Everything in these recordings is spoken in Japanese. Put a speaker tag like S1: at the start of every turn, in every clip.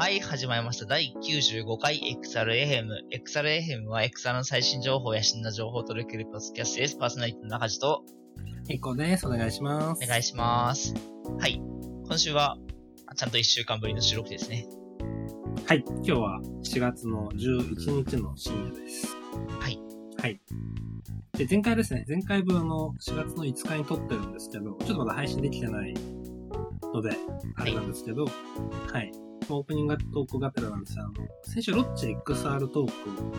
S1: はい、始まりました。第95回 XRFM。XRFM は XR の最新情報や新な情報を届けるポスキャストです。パーソナリティの中地と。
S2: 結構です。お願いします。
S1: お願いします。はい。今週は、ちゃんと1週間ぶりの収録ですね。
S2: はい。今日は7月の11日の深夜です。
S1: はい。
S2: はい。で、前回ですね。前回分あの、4月の5日に撮ってるんですけど、ちょっとまだ配信できてないので、あれなんですけど、はい、はいオープニングトークがてらなんですが、あの、先週ロッチ XR トーク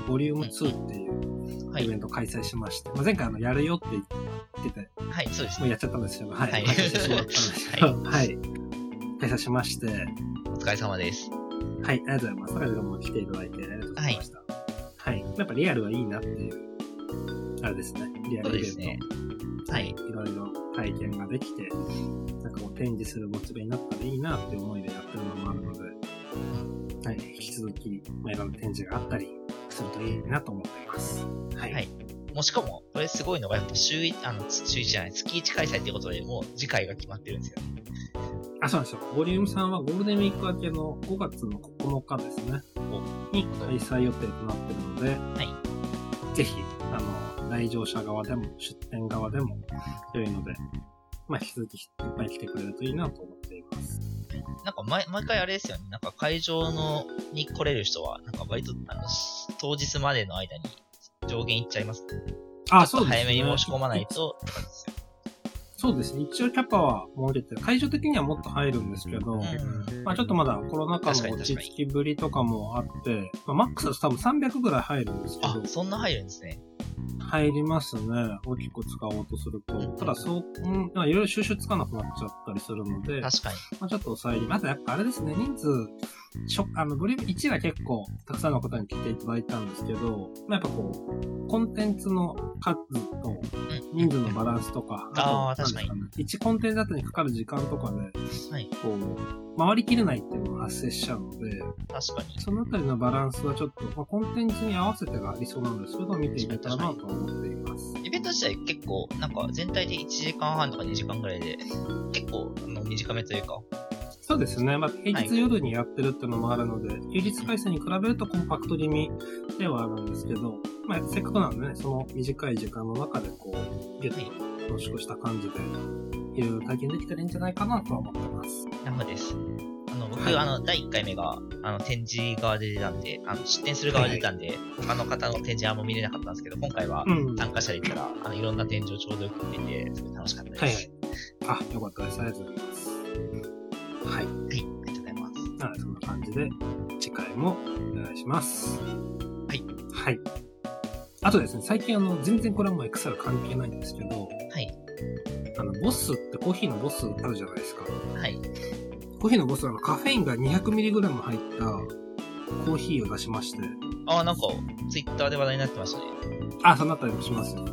S2: ボリューム2っていうイベントを開催しまして、はい、まあ、前回あの、やるよって言ってて、
S1: はい、そうです、
S2: ね、もうやっちゃったんですけど、はい、はい、開催してしまったんで すけど、はい、はい、開催しまして、
S1: お疲れ様です。
S2: はい、ありがとうございます。高橋さんも来ていただいて、ありがとうございました。はい。やっぱリアルはいいなっていう、あれですね、リアルイベント。ですね。
S1: はい。い
S2: ろいろ体験ができて、なんかこう展示するモチベになったらいいなって思いでやってるのもあるので、はい、引き続き、まあ、いろんな展示があったりするといいなと思っています。
S1: はい。はい、もうしかも、これすごいのが、やっぱ週1、あの、週1じゃない、月1開催ってことで、もう次回が決まってるんですよ。
S2: あ、そうなんですよ。ボリューム3はゴールデンウィーク明けの5月の9日ですね、に開催予定となってるので、。
S1: はい
S2: ぜひ、あの、来場者側でも、出店側でも良いので、まあ、引き続きいっぱい来てくれるといいなと思っています。
S1: なんか毎毎回あれですよね、なんか会場のに来れる人は、なんか割とあの当日までの間に上限いっちゃいます、ね。
S2: あ、そう
S1: ですね。早めに申し込まないと、
S2: そうですね。一応キャパは設けて、会場的にはもっと入るんですけど、うん、まあちょっとまだコロナ禍の落ち着きぶりとかもあって、まあ、マックスだと多分300ぐらい入るんですけど。
S1: あ、そんな入るんですね。
S2: 入りますね。大きく使おうとすると。うん、ただ、そう、うん、いろいろ収集つかなくなっちゃったりするので。
S1: 確かに。
S2: まあ、ちょっと抑えに。あと、やっぱあれですね、人数、しょあの、ブリーム1が結構、たくさんの方に来ていただいたんですけど、まあ、やっぱこう、コンテンツの数と、人数のバランスとか、
S1: ああ、確かに。
S2: 1コンテンツだったにかかる時間とかで、ね、
S1: はい、
S2: こう、回りきれないっていうのが発生しちゃうので、
S1: 確かに。
S2: そのあたりのバランスはちょっと、まあ、コンテンツに合わせてが理想なんですけど、見ていけたらなと思っています。
S1: イベント自体結構、なんか全体で1時間半とか2時間ぐらいで、結構あの短めというか、
S2: そうですね。まあ、平日夜にやってるってのもあるので、はい、休日開催に比べるとコンパクト気味ではあるんですけど、まあ、せっかくなんでね、その短い時間の中でこう、ギュッと濃縮した感じで、いろいろ体験できたらいいんじゃないかなとは思ってます。
S1: なるほどです。あの、僕、はい、あの、第1回目が、あの、展示側で出たんで、あの、出展する側で出たんで、はい、他の方の展示はあんま見れなかったんですけど、今回は参加者でいたら、うん、あの、いろんな展示をちょうどよく見れて、すごい楽しかったです。。
S2: はい、あ、よかったです。ありがとうございます。はい。はい
S1: ありがとうございます。
S2: なそんな感じで、次回もお願いします。
S1: はい。
S2: はい。あとですね、最近あの、全然これはもう XR 関係ないんですけど、
S1: はい。
S2: あの、ボスってコーヒーのボスあるじゃないですか。
S1: はい。
S2: コーヒーのボスはあのカフェインが 200mg 入ったコーヒーを出しまして。
S1: ああ、なんか、ツイッターで話題になってましたね。
S2: ああ、そうなったりもしますよ、ね。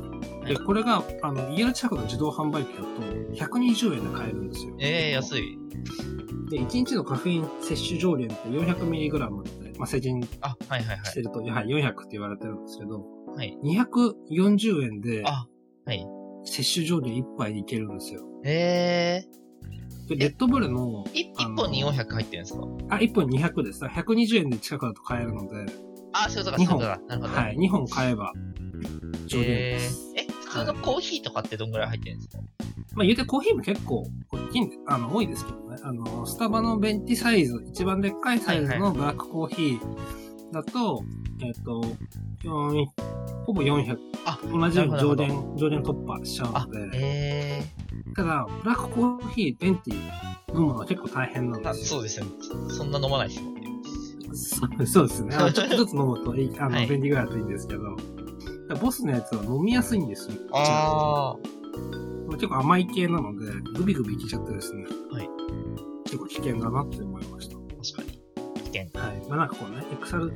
S2: で、これが、あの、家の近くの自動販売機だと、120円で買えるんですよ。
S1: ええー、安い。
S2: で、1日のカフェイン摂取上限って 400mg って、まあ、成人してると、、
S1: はいはい
S2: 400って言われてるんですけど、
S1: はい、
S2: 240円で、
S1: あ、はい。
S2: 摂取上限1杯でいけるんですよ。
S1: へえ
S2: ー。で、レッドブルの、
S1: 1, 1本に400入ってるんですか
S2: あ、1本200です。120円で近くだと買えるので、
S1: あ、そういうことか、そういうこと
S2: か。なるほど。はい、2本買えば、上限です。
S1: えー、え普通のコーヒーとかってどんぐらい入ってるんですか、はい、
S2: まあ言うてコーヒーも結構大きいんで、あの、多いですけどね。あの、スタバのベンチサイズ、一番でっかいサイズのブラックコーヒーだと、えっ、ー、と、ほぼ400。
S1: あ、
S2: 同じように上限、上限突破しちゃうので。
S1: え
S2: ー、ただ、ブラックコーヒー、ベンチ飲むのは結構大変なんです
S1: そうですよ。そんな飲まないですもんね。
S2: そうですね。あのちょっとずつ飲むといい、あの、はい、便利ぐらいだといいんですけど。ボスのやつは飲みやすいんですよ。
S1: あ
S2: あ。結構甘い系なので、グビグビいけちゃってですね。
S1: はい。
S2: 結構危険だなって思いました。
S1: 確かに。危険。
S2: はい。まあなんかこうね、XR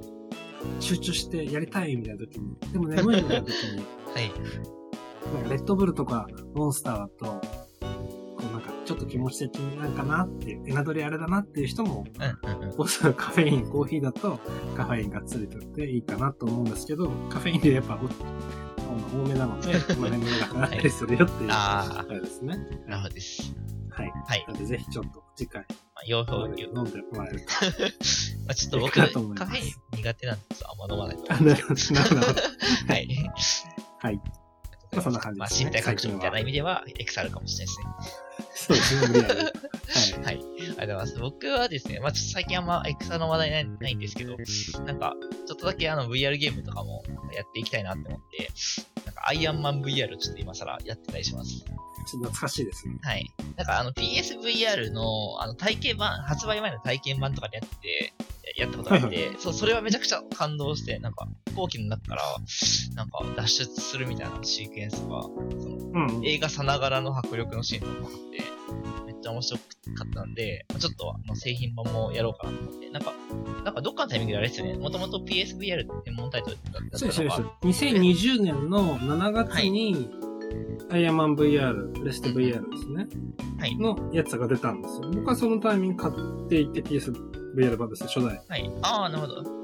S2: 集中してやりたいみたいな時に、でも眠いみたいな時 に、
S1: はい。
S2: なんかレッドブルとかモンスターだと、こうなんかちょっと気持ち的になんかなっていう、エナドリあれだなっていう人も、
S1: うんうんうん、
S2: ボスのカフェイン、コーヒーだとカフェインがついてていいかなと思うんですけど、カフェインでやっぱ多めなので、まあ、眠れなくなったりするよっていう、
S1: はい
S2: ですね。
S1: なるほどです。
S2: はい。
S1: はい。
S2: なので、ぜひちょっと次回、
S1: 洋風
S2: 飲
S1: 牛。
S2: んでもらえると。
S1: まあ、ちょっと僕、
S2: いい
S1: カ
S2: かと
S1: フ
S2: 思います
S1: ェイン苦手なんです。あんま飲まないと
S2: な
S1: 思うん
S2: る
S1: で
S2: ほ
S1: す
S2: ど。なるほど。
S1: けど。はい。
S2: はい。まあそんな感 じ
S1: ま
S2: で
S1: あ、
S2: すね
S1: 身体拡張みたいな意味では、エクサルかもしれな
S2: そうですね、無理やり。は
S1: い
S2: い。
S1: ですね。はい。ありがとうございます。僕はですね、まあ、ちょっと最近あんまエクサの話題ないないんですけど、なんか、ちょっとだけあの VR ゲームとかもやっていきたいなって思って、なんかアイアンマン VR をちょっと今更やってたりします。
S2: ちょっと懐かしいですね。
S1: はい。なんかあの PSVR のあの体験版、発売前の体験版とかでやってて、やったことがあって、そう、それはめちゃくちゃ感動して、なんか飛行機の中から、なんか脱出するみたいなシークエンスが、その
S2: うん。
S1: 映画さながらの迫力のシーンとかもあって、めっちゃ面白かったんで、まあちょっとあの製品版もやろうかなと思って、なんか、なんかどっかのタイミングであれですよね、もともと PSVR って専門タイトルだった
S2: そう
S1: の
S2: です、そうで
S1: が
S2: す。2020年の7月に、アイアンマン VR、プレステ VR ですね。
S1: はい
S2: のやつが出たんですよ。僕はそのタイミング買っていて PSVR 版ですね、初代。
S1: はい。ああ、なるほど。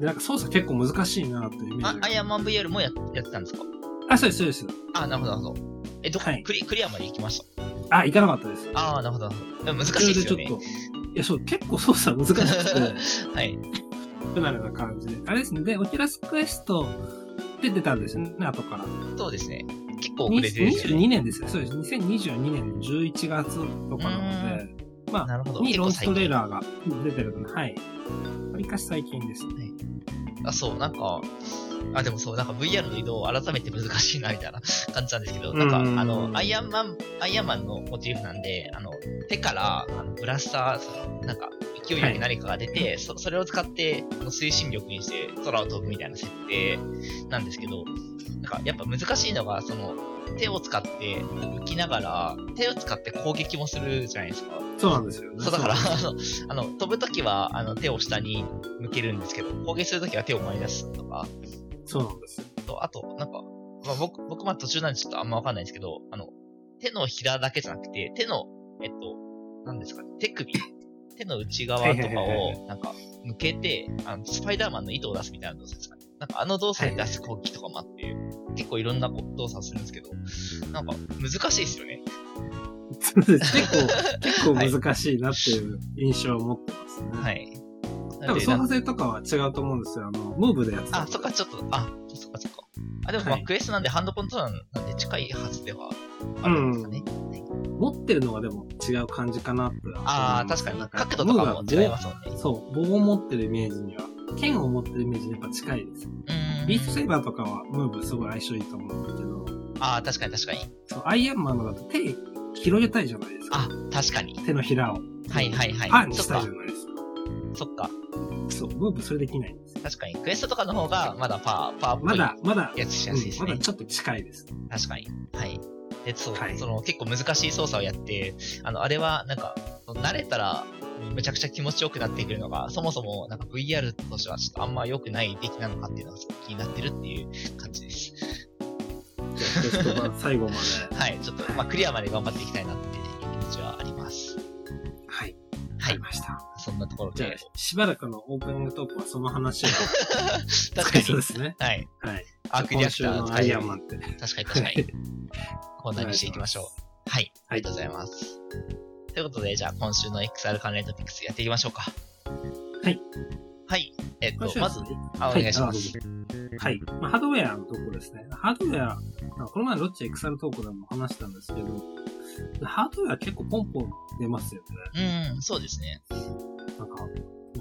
S2: で、なんか操作結構難しいなっていうイメー
S1: あ
S2: ジ、が
S1: アイアンマン VR もややってたんですか
S2: あ、そうです、そうです。
S1: ああ、なるほど、なるほど。え、どこ、
S2: はい
S1: クリクリアまで行きました
S2: あ、行かなかったです。
S1: ああ、なるほど。でも難しいですよね
S2: そ。れでちょっと。いや、そう、結構操作難しくて。
S1: はい。
S2: 不慣れな感じで。あれですね。で、オキュラスクエストで出たんですよね、後から。
S1: そうですね。結構遅れてですよね。
S2: 22年ですよ。そうです。2022年の11月とかなので、ま
S1: なるほ
S2: あ、
S1: ど。
S2: に
S1: 結
S2: ロ
S1: 構
S2: ンチ
S1: 最
S2: トレー
S1: 近。
S2: ラーが出てるので、はい。わりかし最近ですね。
S1: あ、そう、なんか、あ、でもそう、なんか VR の移動改めて難しいな、みたいな 感じなんですけど、なんか、
S2: うん
S1: あの、アイアンマン、アイアンマンのモチーフなんで、あの、手から、あの、ブラスター、そのなんか、勢いよく何かが出て、そそれを使って、あの推進力にして空を飛ぶみたいな設定なんですけど、なんか、やっぱ難しいのが、その、手を使って浮きながら、手を使って攻撃もするじゃないですか。
S2: そうなんですよね。
S1: そうだから、あの、あの飛ぶときはあの手を下に向けるんですけど、攻撃するときは手を前に出すとか、
S2: そうなんです よ。
S1: とあと、なんか、まあ、僕、僕まあ途中なんでちょっとあんまわかんないんですけど、あの、手のひらだけじゃなくて、手の、えっと、なんですかね、手首、手の内側と
S2: はい
S1: か
S2: はいはいは
S1: を、なんか、向けて、あの、スパイダーマンの糸を出すみたいな動作ですかね。なんか、あの動作に出す攻撃とかもあって、結構いろんなこ動作をするんですけど、なんか、難しいですよね。
S2: そうです。結構、結構難しいなっていう印象を持ってますね。。
S1: はいい。なん
S2: 多分
S1: で
S2: 操作性とかは違うと思うんですよ。あの、ムーブでやつ。
S1: あ、そっか、ちょっと、あ、そっかそっか。あ、でもまあ、
S2: はい
S1: クエストなんでハンドコントローラーなんで近いはずではあるんですかね。
S2: 持ってるのがでも違う感じかなって。
S1: ああ、確かに。角度とかも違いますもんね。
S2: そう、棒を持ってるイメージには、剣を持ってるイメージにやっぱ近いです。
S1: うーん。
S2: ビーストセイバーとかはムーブすごい相性いいと思うんだけど、
S1: ああ、確かに確かに。
S2: そう、アイアンマンのだと手広げたいじゃないですか。
S1: あ、確かに。
S2: 手のひらを。
S1: はいはいはい
S2: パーにしたいじゃないですか。
S1: そっか。
S2: そう、ムーブそれできないんですよ。
S1: 確かに。クエストとかの方が、まだパー、パーっぽ
S2: ま
S1: い
S2: だ、まだ、
S1: やつし
S2: う
S1: やすいです
S2: んま
S1: ね。
S2: だちょっと近いです。
S1: 確かに。はい。で、そう、
S2: はい
S1: その結構難しい操作をやって、あの、あれはなんか、慣れたら、めちゃくちゃ気持ちよくなってくるのが、そもそもなんか VR としてはちょっとあんま良くない出来なのかっていうのがすごく気になってるっていう感じです。
S2: じゃあテスト版最後まで。
S1: はい、ちょっと、まあ、クリアまで頑張っていきたいなっていう気持ちはあります。
S2: はい。わ
S1: は
S2: かり
S1: い、
S2: ました。
S1: そんなところ
S2: じゃあ
S1: で。、
S2: しばらくのオープニングトークはその話を
S1: 確
S2: 使
S1: か
S2: いそうで
S1: に。
S2: すね。
S1: はい。
S2: はい。
S1: アークリアクタ
S2: 今週
S1: ー
S2: の
S1: 使
S2: ア
S1: い
S2: イ
S1: や
S2: ア
S1: す
S2: ン
S1: い
S2: マンって。
S1: 確かに確かに。こんなにしていきましょう。はい。あ
S2: は
S1: り
S2: い
S1: がとうございます。ということで、じゃあ今週の XR 関連トピックスやっていきましょうか。
S2: はい。
S1: はい。えっ
S2: 今
S1: と、
S2: 週
S1: ま
S2: は
S1: ず
S2: です、ね
S1: あ、お願いします。
S2: はい。まあ、ハードウェアのところですね。ハードウェア、まあこの前ロッチ XR トークでも話したんですけど、ハードウェア結構ポンポン出ますよね。
S1: うん、そうですね。
S2: なんか、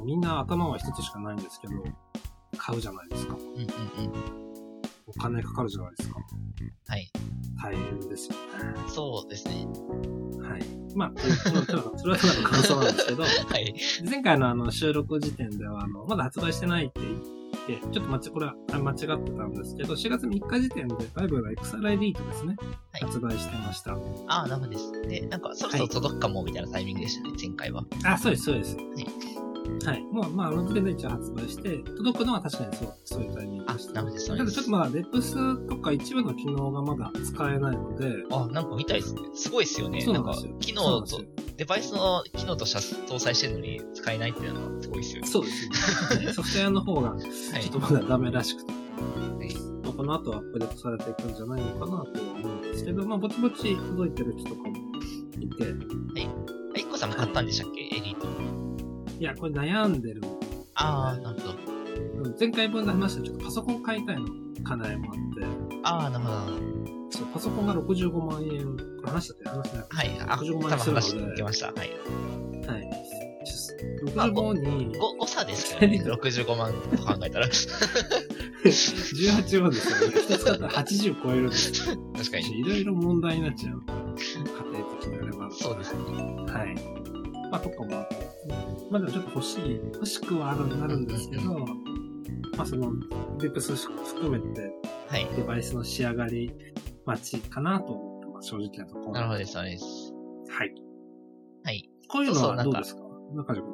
S2: みんな頭は一つしかないんですけど、買うじゃないですか。
S1: うんうんうん。
S2: お金かかるじゃないですか。
S1: はい。
S2: 大変ですよね。
S1: そうですね。
S2: はい。まあ、それはただの感想なんですけど、
S1: はい。
S2: 前回のあの収録時点ではあの、まだ発売してないって言って、ちょっと間違、これはあ間違ってたんですけど、4月3日時点で、バイブルが XR エリートですね、
S1: はい
S2: 発売してました。
S1: ああ、生です。で、なんか、そろそろ届くかも、みたいなタイミングでしたね、前回は。
S2: あ、そうです、そうです。はい。もう、まあ、あの時点で一応発売して、届くのは確かにそう、そういうタイミング
S1: あ
S2: でし、た。
S1: なるです、
S2: た
S1: なる
S2: だ
S1: で
S2: ちょっ
S1: す
S2: と。まあ、レプスとか一部の機能がまだ使えないので、
S1: あ、なんか見たいですね。すごいですよね。
S2: そう
S1: な
S2: なん
S1: ん
S2: で
S1: か
S2: すよ、
S1: 機
S2: そう
S1: 能
S2: なんです
S1: と
S2: よ、。
S1: デバイスの機能としては搭載してるのに使えないっていうのはすごいですよね。
S2: そうですね。ソ フトウェアの方が、ち
S1: は
S2: ょっとまだダメらしくて、まあこの後アップデートされていくんじゃないのかなとは思うんですけど、まあ、ぼちぼち届いてる人とかもいて、
S1: い。いっこさんも買ったんでしたっけ、エリート。
S2: いや、これ悩んでる。
S1: ああ、なるほど。
S2: うん前回分で話したちょっとパソコン買いたいの課題もあって、
S1: ああ、なるほどなるほど。
S2: そう、パソコンが65万円、これ話したって話してなくて、
S1: はい。あ、
S2: 65
S1: 多
S2: 万
S1: 分
S2: 円する
S1: 話し
S2: ので
S1: てました。はい。
S2: はい。ちょ
S1: まあ
S2: 65に
S1: ご誤差ですよね。65万と考えたら。
S2: 18万ですよね。一つ買ったら80超えるんですよ
S1: 確かに。
S2: いろいろ問題になっちゃう。家庭的なあれば。
S1: そうですね。
S2: はい。まあ、とかもあって。まあでもちょっと欲しい、欲しくはあるなるんですけど、まあその、デプス含めて、
S1: はい。
S2: デバイスの仕上がり待ちかなと思ってます、正直なところ。
S1: なるほどです、そうです。
S2: はい。
S1: はい。
S2: こういうの
S1: そうそう
S2: は
S1: なん
S2: ど
S1: か
S2: うですか中条君。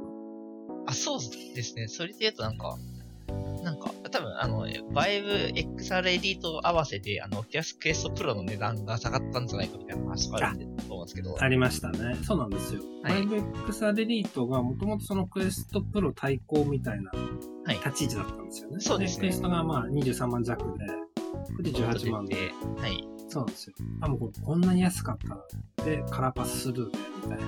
S1: あ、そうですね。それで言うとなんか、なんか、多分あの、バイブ XR エリート合わせで、あの、キュアスクエストプロの値段が下がったんじゃないかみたいな話があるんで、と思うんですけど。
S2: ありましたね。そうなんですよ。
S1: は
S2: はいい、5X アデリートがもともとそのクエストプロ対抗みたいない立ち位置だったんですよね。
S1: そうですね
S2: クエストがまあ23万弱で、これで18万で。
S1: で。はい。
S2: そうなんですよ。あ、もうこれこんなに安かったで、カラーパススルーで、みたいな。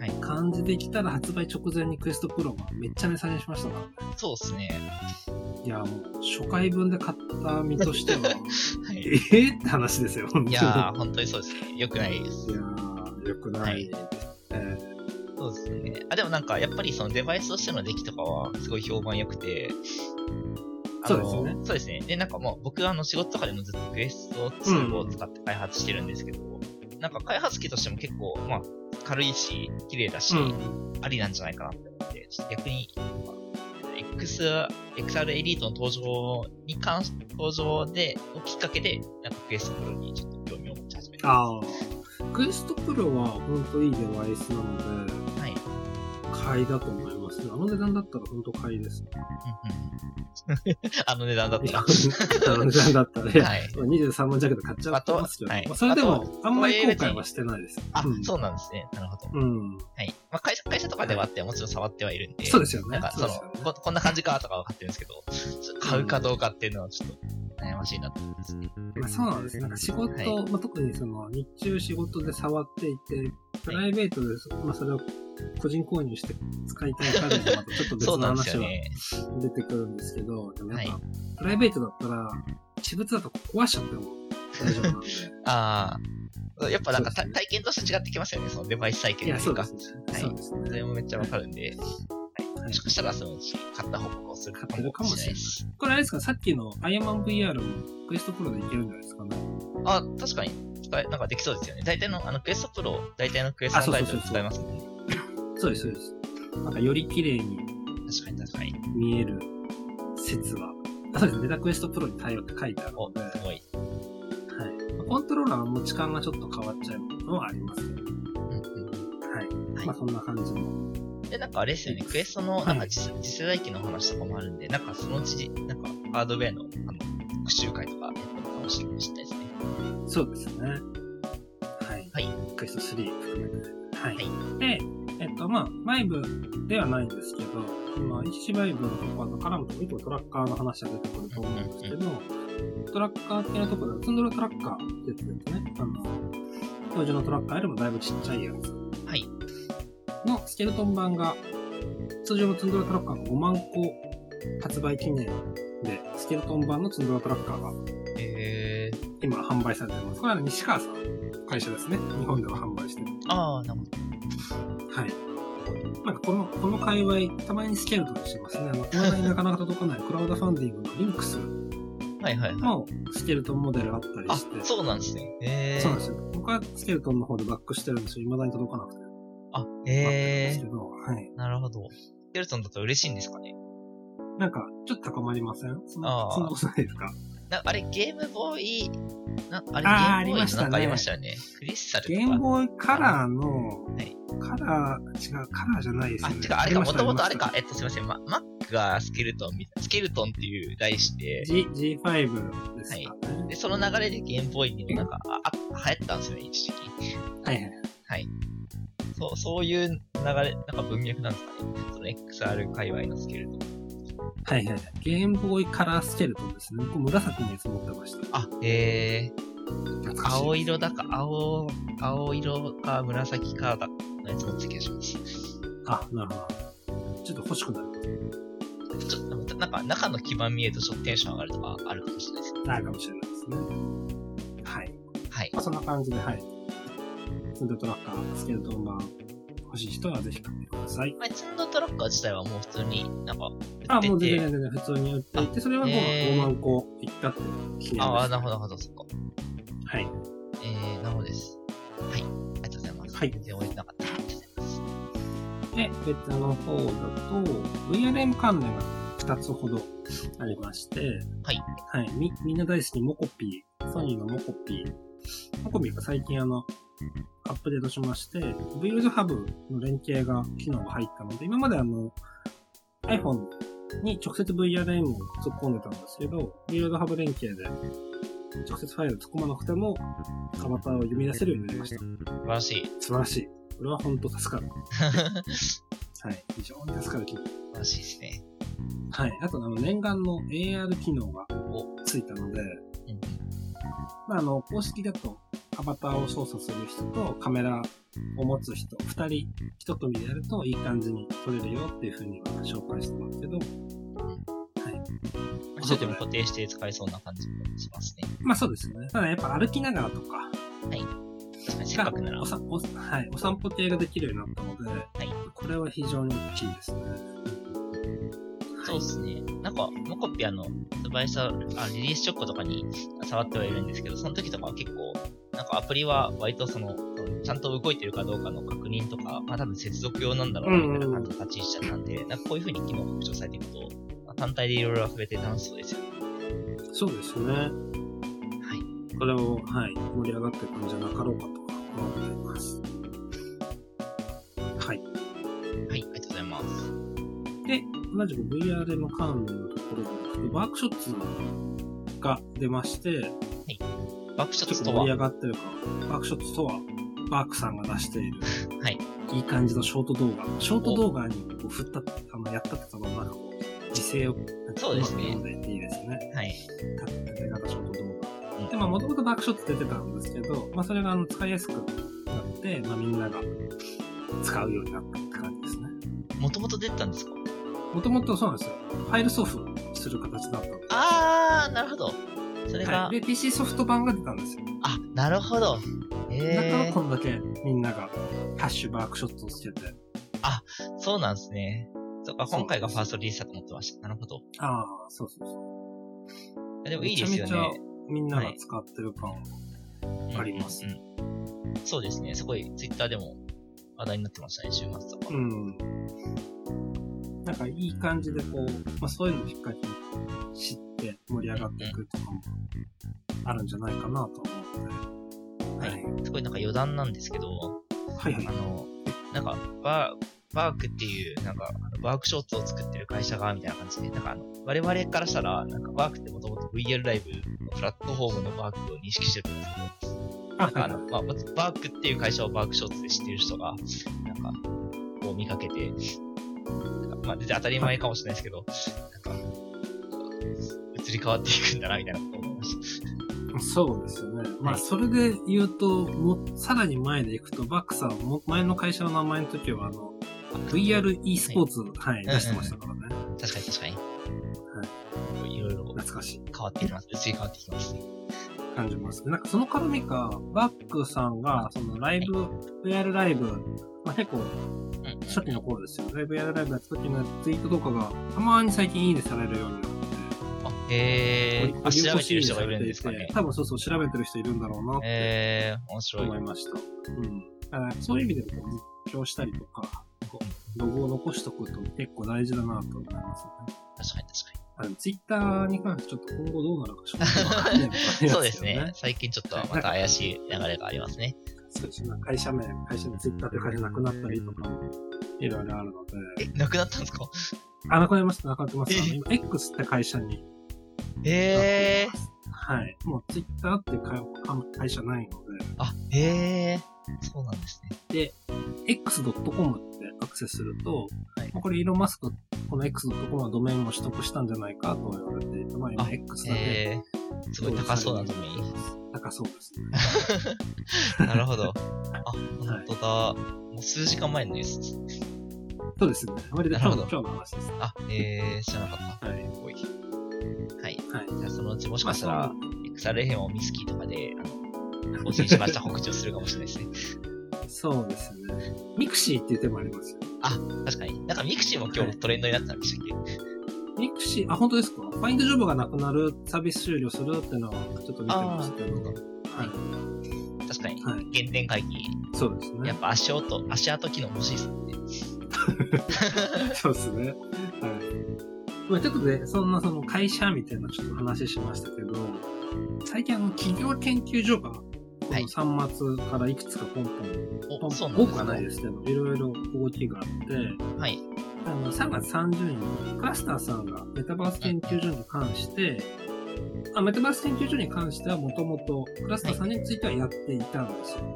S1: はい
S2: 感じできたら発売直前にクエストプロがめっちゃ値下げしましたからね
S1: そうですね。
S2: いや、もう初回分で買った身 としては、
S1: はい。
S2: えーって話ですよ、本当に
S1: いやー、本当にそうですね。良くないです。
S2: いやー、よくないですね。
S1: そうですね。あ、でもなんか、やっぱりそのデバイスとしての出来とかは、すごい評判良くて。あの
S2: そうですよね。
S1: そうですね。で、なんかもう、僕、あの、仕事とかでもずっとクエスト2を使って開発してるんですけど、なんか開発機としても結構、まあ、軽いし、綺麗だし、
S2: うん。
S1: ありなんじゃないかなって思って、ちょっと逆に、まあ X、XR エリートの登場に関し、登場で、をきっかけで、なんかクエストプロにちょっと興味を持ち始めた。は
S2: あークエストプロは本当いいデバイスなので、
S1: い。
S2: 買いだと思いますね。あの値段だったら本当買いです。
S1: うんうん あの値段だ ったら。
S2: あの値段だったら、ね。
S1: はい。
S2: 23万弱で買っちゃってますけど、
S1: あとはい
S2: まあそれで
S1: あ
S2: もあんまり後悔はしてないです。
S1: あ、
S2: うん、
S1: そうなんですね。なるほど。
S2: う。ん。
S1: はい。まあ、会社、会社とかではあって、もちろん触ってはいるんで。
S2: そうですよ
S1: な
S2: ね
S1: んか、。
S2: そ
S1: そうの
S2: ですよね
S1: こ、こんな感じかとか分かってるんですけど、ちょっと買うかどうかっていうのはちょっと悩ましいなと思いますね。
S2: まあ、そうなんですね。なんか仕事、
S1: はい
S2: まあ、特にその日中仕事で触っていて、プライベートで、まあ、それを個人購入して使いたいかで、またちょっと別
S1: そう
S2: の
S1: なんです
S2: 話
S1: よ
S2: は
S1: ね。
S2: 出てくるんですけど、でもやっぱ、
S1: は
S2: プライベートだったら、私物だと壊しちゃっても大丈夫 なんで。
S1: ああ。やっぱなんか
S2: そ
S1: た、
S2: うですね
S1: 体験として違ってきますよね、そのデバイス体
S2: い
S1: 験
S2: や、
S1: とい
S2: そううで
S1: か。
S2: すね。
S1: はい
S2: そうです
S1: そ
S2: ね。
S1: れもめっちゃわかるんで、
S2: は
S1: も
S2: い
S1: しかしたらそのうち買った報告をするか
S2: 買ってるか
S1: も
S2: も
S1: しれな
S2: しれ
S1: い
S2: ない
S1: し。
S2: これあれですか、さっきのアイアマン VR もクエストプロでいけるんじゃないですかね。
S1: あ、確かに、使え、なんかできそうですよね。大体の、あの、クエストプロ、大体のクエストのタイトル
S2: あそうそうそうそう
S1: 使えますもんね。
S2: そうです、そうです。なんかより綺麗に
S1: 確かに、確かに。
S2: 見える説は。あそうですね、メタクエストプロに対応って書いてある
S1: お
S2: の、で、は
S1: すごい。
S2: い。コントローラーの持ち感がちょっと変わっちゃうのはありますけど、
S1: うんうんうん。
S2: はい。
S1: はい
S2: まあそんな感じの。
S1: で、なんかあれですよね、クエストの、
S2: い
S1: なんか次,、次世代機の話とかもあるんで、なんかそのうち、なんかハードウェアの、あの、復習会とかやってるかもしれないですね。
S2: そうですね。はい。
S1: はい
S2: クエスト3含めて。はい。
S1: は
S2: で、えっと、まあ、バイブではないんですけど、今、HC バイブのところからも、いつもトラッカーの話が出てくると思うんですけど、トラッカーっていうところで、ツンドラトラッカーってやつですね。あの、標準のトラッカーよりもだいぶちっちゃいやつ
S1: はい。
S2: のスケルトン版が、通常のツンドラトラッカーが5万個発売記念で、スケルトン版のツンドラトラッカーが
S1: えー、
S2: 今販売されてます。これは西川さんの会社ですね。日本では販売してる。
S1: あー、なるほど。
S2: はい。なんかこの、この界隈、たまにスケルトンしてます ね。あの、こんなになかなか届かないクラウドファンディングのリンクス
S1: はいはいはい。
S2: のスケルトンモデルあったり
S1: あ
S2: して、。
S1: そうなんですね。えー。
S2: そうなんですよ。僕はスケルトンの方でバックしてるんですよ。未だに届かなくて。
S1: あ、
S2: で
S1: え
S2: すけど、はい。
S1: ー。なるほど。スケルトンだと嬉しいんですかね。
S2: なんか、ちょっと高まりませんそん
S1: あ
S2: な
S1: ー
S2: そんなことないですか
S1: なあれ、ゲームボーイ、なあれ、
S2: あ
S1: ゲームボーイ
S2: ーありましたね
S1: なんかありましたよね。クリスタルとか。
S2: ゲームボーイカラーの
S1: はい、
S2: カラー、違う、カラーじゃないです
S1: あ、
S2: ね。
S1: 違う、あれか、
S2: りま
S1: も
S2: した
S1: ともとあれか。。えっと、すいません。ママックがスケルトンみたい、スケルトンっていう題して、
S2: G、G5 ですかね。
S1: で、その流れでゲームボーイにもなんか、あ、あ流行ったんですよね、一時期。
S2: はいはい。
S1: そう、そういう流れ、なんか文脈なんですかね。その XR 界隈のスケルトン。
S2: はいはい。ゲームボーイカラースケルトンですね。僕紫のやつ持ってました。
S1: あ、えー、
S2: 懐かしい。
S1: 青色だか、青、青色か紫かだ、のやつ持ってた気がします。
S2: あ、なるほど。ちょっと欲しくなる。
S1: ちょっと、なんか中の基盤見えるとちょっとテンション上がるとかあるかもしれないです。
S2: なるかもしれないですね。はい。
S1: はい。
S2: まあ、そんな感じで、はい。ツンドトラッカー、スケルトン版、欲しい人はぜひ買ってください。
S1: まあ、ツンドトラッカー自体はもう普通になんか売
S2: あ、
S1: って
S2: もう全然
S1: て、
S2: 全然普通に売っていて、それはもう
S1: えー
S2: 5万個いったっていう記念です。
S1: ああ、なるほど、なるほど、そっか。
S2: はい。
S1: えー、なるほどです。はい。ありがとうございます。
S2: はい
S1: 全然終えてなかった。ありがとうございます。
S2: で、ベタの方だと、VRM 関連が2つほどありまして、
S1: はい。
S2: はい。み、みんな大好きモコピー、ソニーのモコピー。モコピーが最近あの、アップデートしまして、VLHub の連携が、機能が入ったので、今まであの、iPhone に直接 VRM を突っ込んでたんですけど、VLHub 連携で、直接ファイルを突っ込まなくても、アバターを読み出せるようになりました。
S1: 素晴らしい。
S2: 素晴らしい。これは本当助かる。
S1: 素
S2: はい。非常に助かる機能。
S1: 晴らしいですね。
S2: はい。あと、あの、念願の AR 機能がついた
S1: うん
S2: ので、
S1: うん
S2: まあ、あの、公式だと、アバターを操作する人とカメラを持つ人、二人、一組でやるといい感じに撮れるよっていうふうには紹介してますけど、
S1: これちょっとでも固定して使えそうな感じもしますね。
S2: まあそうですね。ただやっぱ歩きながらとか、
S1: 確かにせっかくなら
S2: お。さおはい、お散歩系ができるようになったので、
S1: い
S2: これは非常に大きいですね。
S1: そうですね。なんか、モコピアの発売したあリリース直後とかに触ってはいるんですけど、その時とかは結構、なんかアプリは割とその、そのちゃんと動いてるかどうかの確認とか、まあ多分接続用なんだろうなみたいな感じの立ち位置だったんで、なんかこういう風に機能が拡張されていくと、まあ単体でいろいろ遊べて楽しそうですよね。
S2: そうですね。
S1: はい。
S2: これを、はい、盛り上がっていくんじゃなかろうかと思っています。は
S1: は
S2: い。
S1: い、ありがとうございます。
S2: で、同じく VRM 関連のところでいくと、ワークショッツが出まして、
S1: バックショ
S2: ち
S1: ッ
S2: ょっ
S1: ト
S2: と
S1: と
S2: 盛
S1: は、
S2: り
S1: は
S2: 上がってるか、ワークショッツとは、バークさんが出している、
S1: はい。
S2: いい感じのショート動画。ショート動画にこう振った、あの、やったってたのなんかこう、時勢を、
S1: そうですね
S2: うまく読んでいいですね。
S1: い。
S2: 縦型ショート動画。
S1: うん
S2: で、まあ、もともとバークショッツ出てたんですけど、まあ、それがあの使いやすくなって、まあ、みんなが使うようになったって感じですね。
S1: もともと出てたんですか
S2: もともとそうなんですよ。ファイル送付する形だったので。
S1: あー、なるほど。それが、
S2: はい、で、PC ソフト版が出たんですよ。
S1: あ、なるほど。
S2: だから
S1: え
S2: こんだけみんながハッシュバークショットをつけて、
S1: ー、そうなんですね。そっか、
S2: そう
S1: 今回がファーストリリースだと思ってました。なるほど。
S2: ああ、そうそうそ
S1: で
S2: う。
S1: もいいですよ
S2: めちゃめ
S1: ね
S2: ち。ゃみんなが使ってる感、
S1: うん
S2: あります
S1: うんそうですね。すごい、ツイッターでも話題になってましたね、週末とか。
S2: うん。なんかいい感じでこう、まあそういうのをきっかけに知って盛り上がっていくとかもあるんじゃないかなと思って。
S1: はいすごいなんか余談なんですけど、
S2: はいはい
S1: あ。の、なんか、バー、バークっていう、なんか、ワークショットを作ってる会社が、みたいな感じで、なんかあの、我々からしたら、なんか、バークってもともと VR ライブのプラットフォームのバークを認識してるんですけど、な
S2: あ、
S1: んか
S2: は
S1: あ
S2: い
S1: の
S2: はい。、
S1: まあ、バークっていう会社をバークショッツで知ってる人が、なんか、こう見かけて、なんかまあ、全然当たり前かもしれないですけど、なんか、移り変わっていくんだな、みたいなこと思いました。
S2: そうですよね。まあ、
S1: はい
S2: それで言うと、もう、さらに前で行くと、バックさん、も前の会社の名前の時は、あの、VRe スポーツ、はい、
S1: うんうん
S2: 出してましたからね。
S1: 確かに確かに。い。ろいろ
S2: 懐かしい。
S1: 変わってきます。移り変わってきますね。
S2: 感じますね。なんか、その絡みか、バックさんが、その、ライブ、VR ライブ、まあ、結構、
S1: うんうん。
S2: 初期の頃ですよね。VR ライブやった時のツイートとかが、たまに最近いいねされるようになって、
S1: あ、へえー、あ、調べてる人がいるんですか
S2: 流行
S1: ね
S2: し。多分そうそう、調べてる人いるんだろうなって。
S1: えー、面白い。
S2: 思いました。うん。だからそういう意味でも実況したりとか、こうログを残しとくこと結構大事だなと思いますね。
S1: 確かに確か
S2: あの、ツイッターに関してちょっと今後どうなるかちょっとわかんないのがありますけ
S1: に。
S2: ど
S1: そうですね。。最近ちょっとまた怪しい流れがありますね。
S2: そうですね。会社名、会社のツイッターという会社なくなったりとか、いろいろあるので。
S1: え、なくなったんですか
S2: あ、なくなりました、なくなってます。あの
S1: え
S2: 今、X って会社に。
S1: えー。
S2: はい。もうツイッターっていう会会社ないの
S1: あ、へえ、そうなんですね。
S2: で、で、X.com ってアクセスすると、
S1: はい
S2: まあこれイーロン・マスクこの X のところはドメインも取得したんじゃないかと言われていて、まあ今
S1: あ
S2: X だけ
S1: えー、すごい高そうなドメイン。
S2: 高そうです ね。
S1: なるほど。あ、本当だ。もう数時間前のニュースです。
S2: そうですね。あまりで
S1: な
S2: 今
S1: る
S2: 日
S1: ほ
S2: の
S1: ど
S2: 今日の話です。
S1: あ、えー、知らなかった。
S2: はい。
S1: おいはい。
S2: はい。
S1: じゃあそのうちもしかした
S2: まあ
S1: ら、XRFM をミスキーとかで、あ の、更新しました告知をするかもしれないですね。
S2: そうですね。ミクシーっていう手もありますよ。
S1: 確かに。なんかミクシーも今日トレンドになってたんでしたっけ
S2: ミクシー、あ、本当ですかファインドジョブがなくなる、サービス終了するっていうのはちょっと見てましたけど。は
S1: 確かに。
S2: い。はい。
S1: 原点回帰、
S2: そうです
S1: や
S2: ね
S1: っ。ぱ足音、足跡機能欲しいですね。
S2: そうですね。はい。まあ、ちょっとね、そんなその会社みたいなちょっと話しましたけど、最近あの企業研究所が、この
S1: はい
S2: 3末からいくつかポンポン、ポ
S1: お、
S2: ン
S1: そう
S2: ポ
S1: なんで
S2: ン、多
S1: す
S2: くはないですけど、いろいろ動きがあって、
S1: はい。
S2: あの3月30日にクラスターさんがメタバース研究所に関して、あメタバース研究所に関してはもともとクラスターさんについてはやっていたんですよ。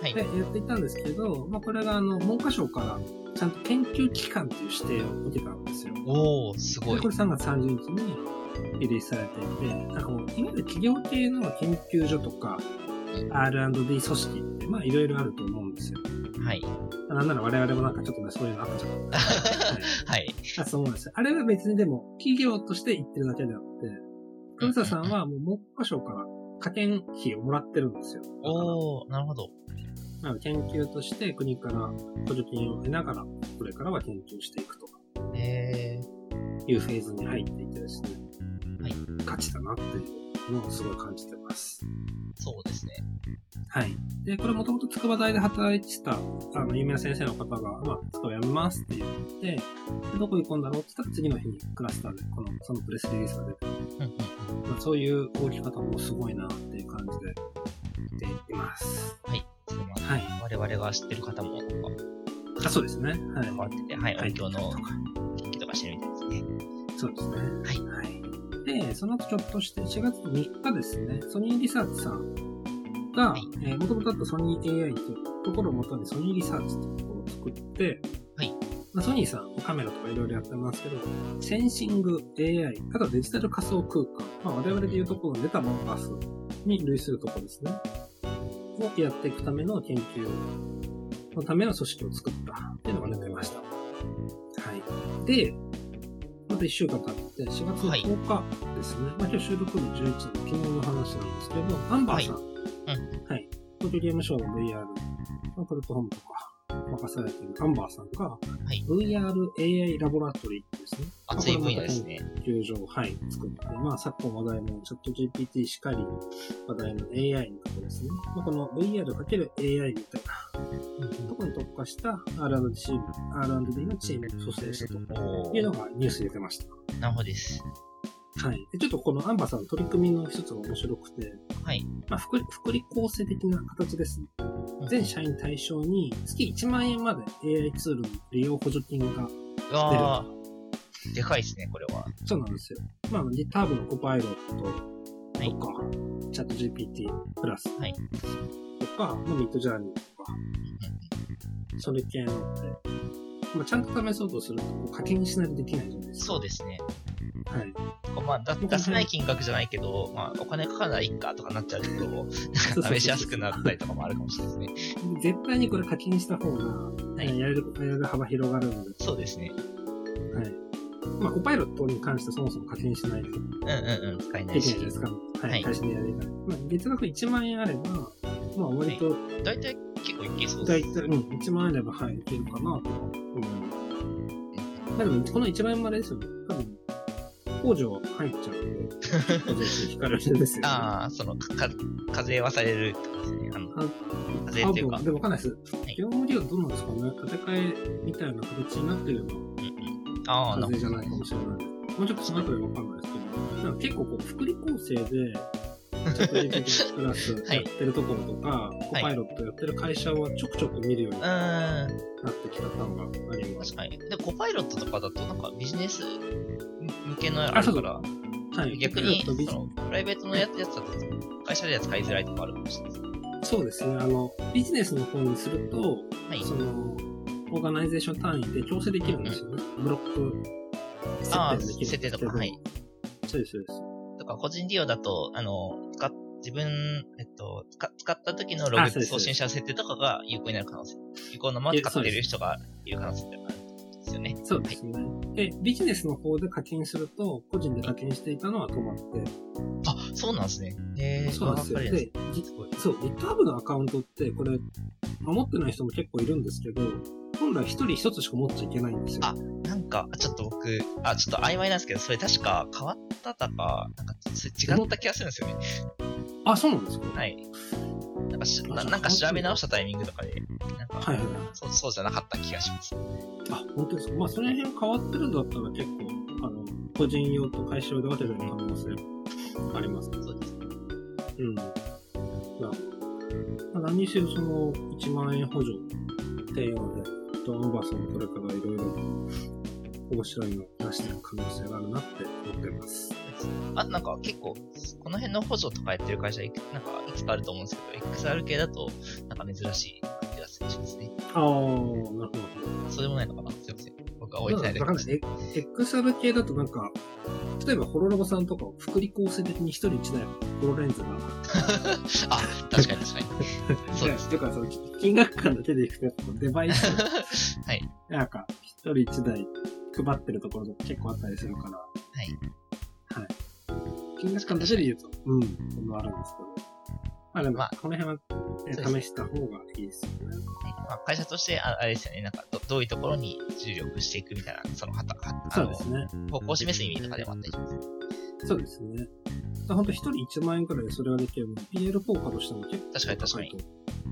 S1: はい
S2: で、やっていたんですけど、まあ、これがあの文科省からちゃんと研究機関という指定を受けたんですよ。
S1: おー、すご
S2: で
S1: い
S2: こ。れ3月30日にリリースされていて、なんかもう今まで企業系の研究所とか
S1: うん
S2: R&D 組織ってまあいろいろあると思うんですよ。
S1: はい。
S2: なんなら我々もなんかちょっとね、そういうのあったじゃないで すか。
S1: はい。
S2: あそう思うんですよ。あれは別にでも、企業として言ってるだけであって、黒田さんはもう文科省から科研費をもらってるんですよ。
S1: おー、なるほど。
S2: なので研究として国から補助金を得ながら、これからは研究していくと
S1: え
S2: いうフェーズに入っていてですね、
S1: はい
S2: 価値だなっていうのをすごい感じてます。
S1: ー、そうですね。
S2: はい。で、これもともと筑波大で働いてた、あの、有名な先生の方が、まあ、筑波辞めますって言って、でどこ行くんだろうって言ったら次の日にクラスターで、この、そのプレスリリースが出て
S1: うんうんうん。
S2: まあそういう動き方もすごいなっていう感じで見ています。
S1: はい。すいません。
S2: はい。
S1: 我々が知ってる方も、なんか、
S2: あ、そうですね。はい
S1: 関。わってて、はい、
S2: はい
S1: 音響の研究とかしてるみたいですね。
S2: そうですね。
S1: はい
S2: はい。で、その後ちょっとして、4月3日ですね、ソニーリサーチさんが、
S1: はい
S2: えー、もともとあったソニー AI というところをもとにソニーリサーチというところを作って、
S1: はい
S2: まあ、ソニーさん、カメラとかいろいろやってますけど、センシング、AI、あとはデジタル仮想空間、まあ、我々でいうところのメタバースに類するところですね。をやっていくための研究のための組織を作ったっていうのが出てました。はい。で、また1週間経って、4月
S1: はい
S2: 10日ですね。まあ今日収録日11日、昨日の話なんですけど、アンバーさ
S1: い
S2: ん。はい。東京ゲームショーの VR のプラットフォームとか、任されてるアンバーさんが、
S1: い
S2: VRAI ラボラトリーですね。
S1: 熱い分野ですね。
S2: 球場を、はい、作って、まあ、昨今話題のチャット GPT しかり、話題の AI のところですね。まあ、この VR×AI みたいなところに特化した R&D チーム R&D のチームを組成したと
S1: お
S2: いう
S1: ー
S2: の、がニュースで出てました。
S1: なるほどです。
S2: はい。でちょっとこのアンバさんの取り組みの一つが面白くて、
S1: はい。
S2: まあ、福利、福利厚生的な形ですね。全社員対象に月1万円まで AI ツールの利用補助金が
S1: うわー、でかいですね、これは。
S2: そうなんですよ。まあ、リターブのコパイロット
S1: い
S2: とか、チャット GPT プラス
S1: はい
S2: とか、まあミッドジャーニーとか、それ系のって、まあ、ちゃんと試そうとすると、こう課金しないとできないじゃないですか。
S1: そうですね。
S2: はい。
S1: まあ、だ出せない金額じゃないけど、まあ、お金かからないっかとかなっちゃうところも、なんか試しやすくなったりとかもあるかもしれないですね。
S2: 絶対にこれ課金した方が、
S1: い
S2: えーやれる、やれる幅広がるので、
S1: そうですね。
S2: はい。まあ、コパイロットに関してそもそも課金しないとで
S1: うんうんうん、使えな
S2: きない
S1: い
S2: じ
S1: し
S2: ゃない。ですか。はい。
S1: はい
S2: 会社でやれない。まあ、月額1万円あれば、まあ、割と
S1: 大体結構いけそう
S2: 大
S1: です。
S2: 体、うん、1万円あれば入ってるかなとは思います。まあでも、この1万円までですよね。多分、工場は入っちゃうんで、引かれるんですよ、ね。
S1: ああ、その、か、か課税はされるってことですね。あの、
S2: あ
S1: 課税っていうか
S2: 多分、でもわかんないです。
S1: い
S2: 業務利用どうなんですかね。建て替えみたいな形になってれば、
S1: うんうん。ああ、
S2: 課
S1: な
S2: 税
S1: る
S2: じゃ
S1: ほど
S2: ないかもしれないです。もうちょっとその後でわかんないですけど、なんか結構こう、福利厚生で、チャット GPT プラスやってるところ とか、コパイロットやってる会社はちょくちょく見るように
S1: うー
S2: な
S1: ん。
S2: ってきた感があります。
S1: 確かに。で、コパイロットとかだと、なんかビジネス向けのやつだから、
S2: はい。
S1: 逆に、
S2: コパイロットビジ
S1: その、プライベートのやつやつだと、会社では使いづらいとかあるかもしれないですね。
S2: そうですね。あの、ビジネスの方にすると、
S1: はい。
S2: その、オーガナイゼーション単位で調整できるんですよね。ブロック設
S1: ああ、
S2: 定できるんです
S1: 設定
S2: けど
S1: とか。はい。
S2: そうです、そうです。
S1: とか、個人利用だと、あの、使っ自分、えっと、使使った時のロ
S2: あそう
S1: グ
S2: です
S1: 送信者設定とかが有効になる可能性。有効のまま使って
S2: いやそうで
S1: る
S2: す
S1: 人がいる可能性があるんですよね。
S2: そうですね。で、ビジネスの方で課金すると、個人で課金していたのは止まって、
S1: あ、そうなんですね。えー、
S2: そうなんですよ。
S1: わかりやすい
S2: で、
S1: すごい。
S2: そう、GitHub のアカウントって、これ、持ってない人も結構いるんですけど、本来一人一つしか持っちゃいけないんですよ。
S1: あなんか、あちょっと僕、あ、ちょっと曖昧なんですけど、それ確か変わったとか、なんかそれ違った気がするんですよね。
S2: あ、そうなんですか
S1: はい。なんかし
S2: あじゃ
S1: な
S2: あ
S1: なんか調べ直したタイミングとかで、なんか、
S2: はいはいはい。
S1: そうそうじゃなかった気がします。
S2: あ、本当ですかまあ、その辺変わってるんだったら結構、あの、個人用と会社用で分けてる可能性ありますね。
S1: そうです。
S2: うん。まあ、何にせよその1万円補助っていうので、ドンバーさんもこれからいろいろ面白いのを出してる可能性があるなって思ってます。
S1: あとなんか結構、この辺の補助とかやってる会社、いくなんかいくつかあると思うんですけど、XR 系だと、なんか珍しい気がしますね。
S2: ああ、なるほど。
S1: そうでもないのかなすいません。僕は置い
S2: わ
S1: てないだけ
S2: かんない。え XR 系だとなんか、例えばホロロボさんとかを福利厚生的に一人一台ホロレンズが
S1: あ、確かに確かに。そうです。
S2: だからその金額感だけでいくと、やっぱデバイス、
S1: はい。
S2: なんか、一人一台配ってるところとか結構あったりするから。
S1: い
S2: はい。金額感だけで言うと、うん、そんなあるんですけど。まあでも、
S1: まあ
S2: この辺は、ね
S1: そうで
S2: 試した方がいいですよね。
S1: まあ、会社として、ああれですよね、なんかど、どういうところに重力していくみたいな、その、はた、はあ
S2: そう
S1: の
S2: ですね。
S1: 方向を示す意味とかでもあったりします。
S2: そうですね。ほんと一人1万円くらいでそれができるので、PL 効果としても結構
S1: 確かに確かに
S2: 高いと。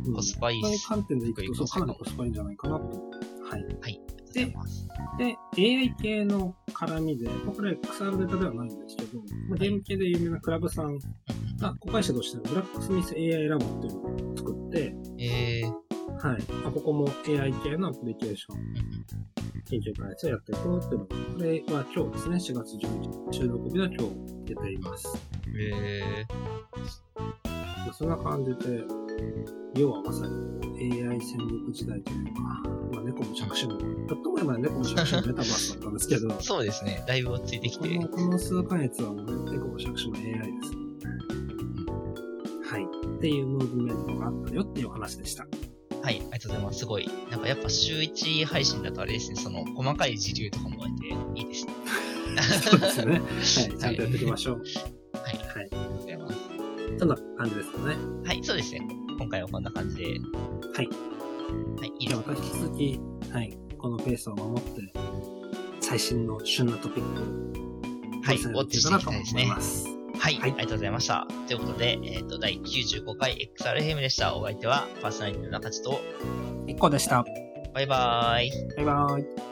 S2: うん、
S1: コスパいい
S2: そ
S1: で
S2: の
S1: す。
S2: 観点でいくと、そう、
S1: コスパい
S2: か
S1: い
S2: なりコスパいいんじゃないかなと。はい。
S1: はい。ありがとうございます。
S2: で、AI 系の絡みで、これ XR ネタではないんですけど、まあ、ゲーム系で有名なクラブさんが、子会社としてのブラックスミス AI ラボっていうのを作って、
S1: えー、
S2: はい。まあ、ここも AI 系のアプリケーション、研究開発をやっていこうっていうのが、これは今日ですね、4月11日、収録日は今日出ています。
S1: え
S2: まあそんな感じで、要はまさに AI 戦略時代というか、まあ、猫も着手も、ちょっと前まで猫も着手もメタバースだったんですけ ど、
S1: ー、そうですね、だいぶ落ち着いてき
S2: こ
S1: て、
S2: のこの数ヶ月はもうね、結構職種の AI ですね。はい。っていうムーブメントがあったよっていうお話で した。
S1: はい、ありがとうございます。すごい。なんかやっぱ週1配信だとあれですね、その細かい時流とかもあっていいですね。
S2: そうですね。はい。ちゃんとやっていきましょう。
S1: はい、あ
S2: は
S1: り
S2: い。
S1: がとうございます。
S2: そんな感じですかね。
S1: はい、そうですね。今回はこんな感じで。はい。はい、いい
S2: じ
S1: で
S2: ゃあ
S1: す
S2: また引き続き、はい。このペースを守って、最新の旬なトピックを
S1: はい、
S2: お
S1: ウ
S2: 伝
S1: ォ
S2: え
S1: ッ
S2: でき
S1: チ
S2: る
S1: して
S2: かな
S1: きたい
S2: いと思
S1: です
S2: い
S1: ね。
S2: ます。
S1: はい、
S2: はい
S1: ありがとうございました。ということで、えっ、と、第95回 XRFM でした。お相手は、パーソナリティの中地と、
S2: 一個でした。
S1: バイバーイ。
S2: バイバーイ。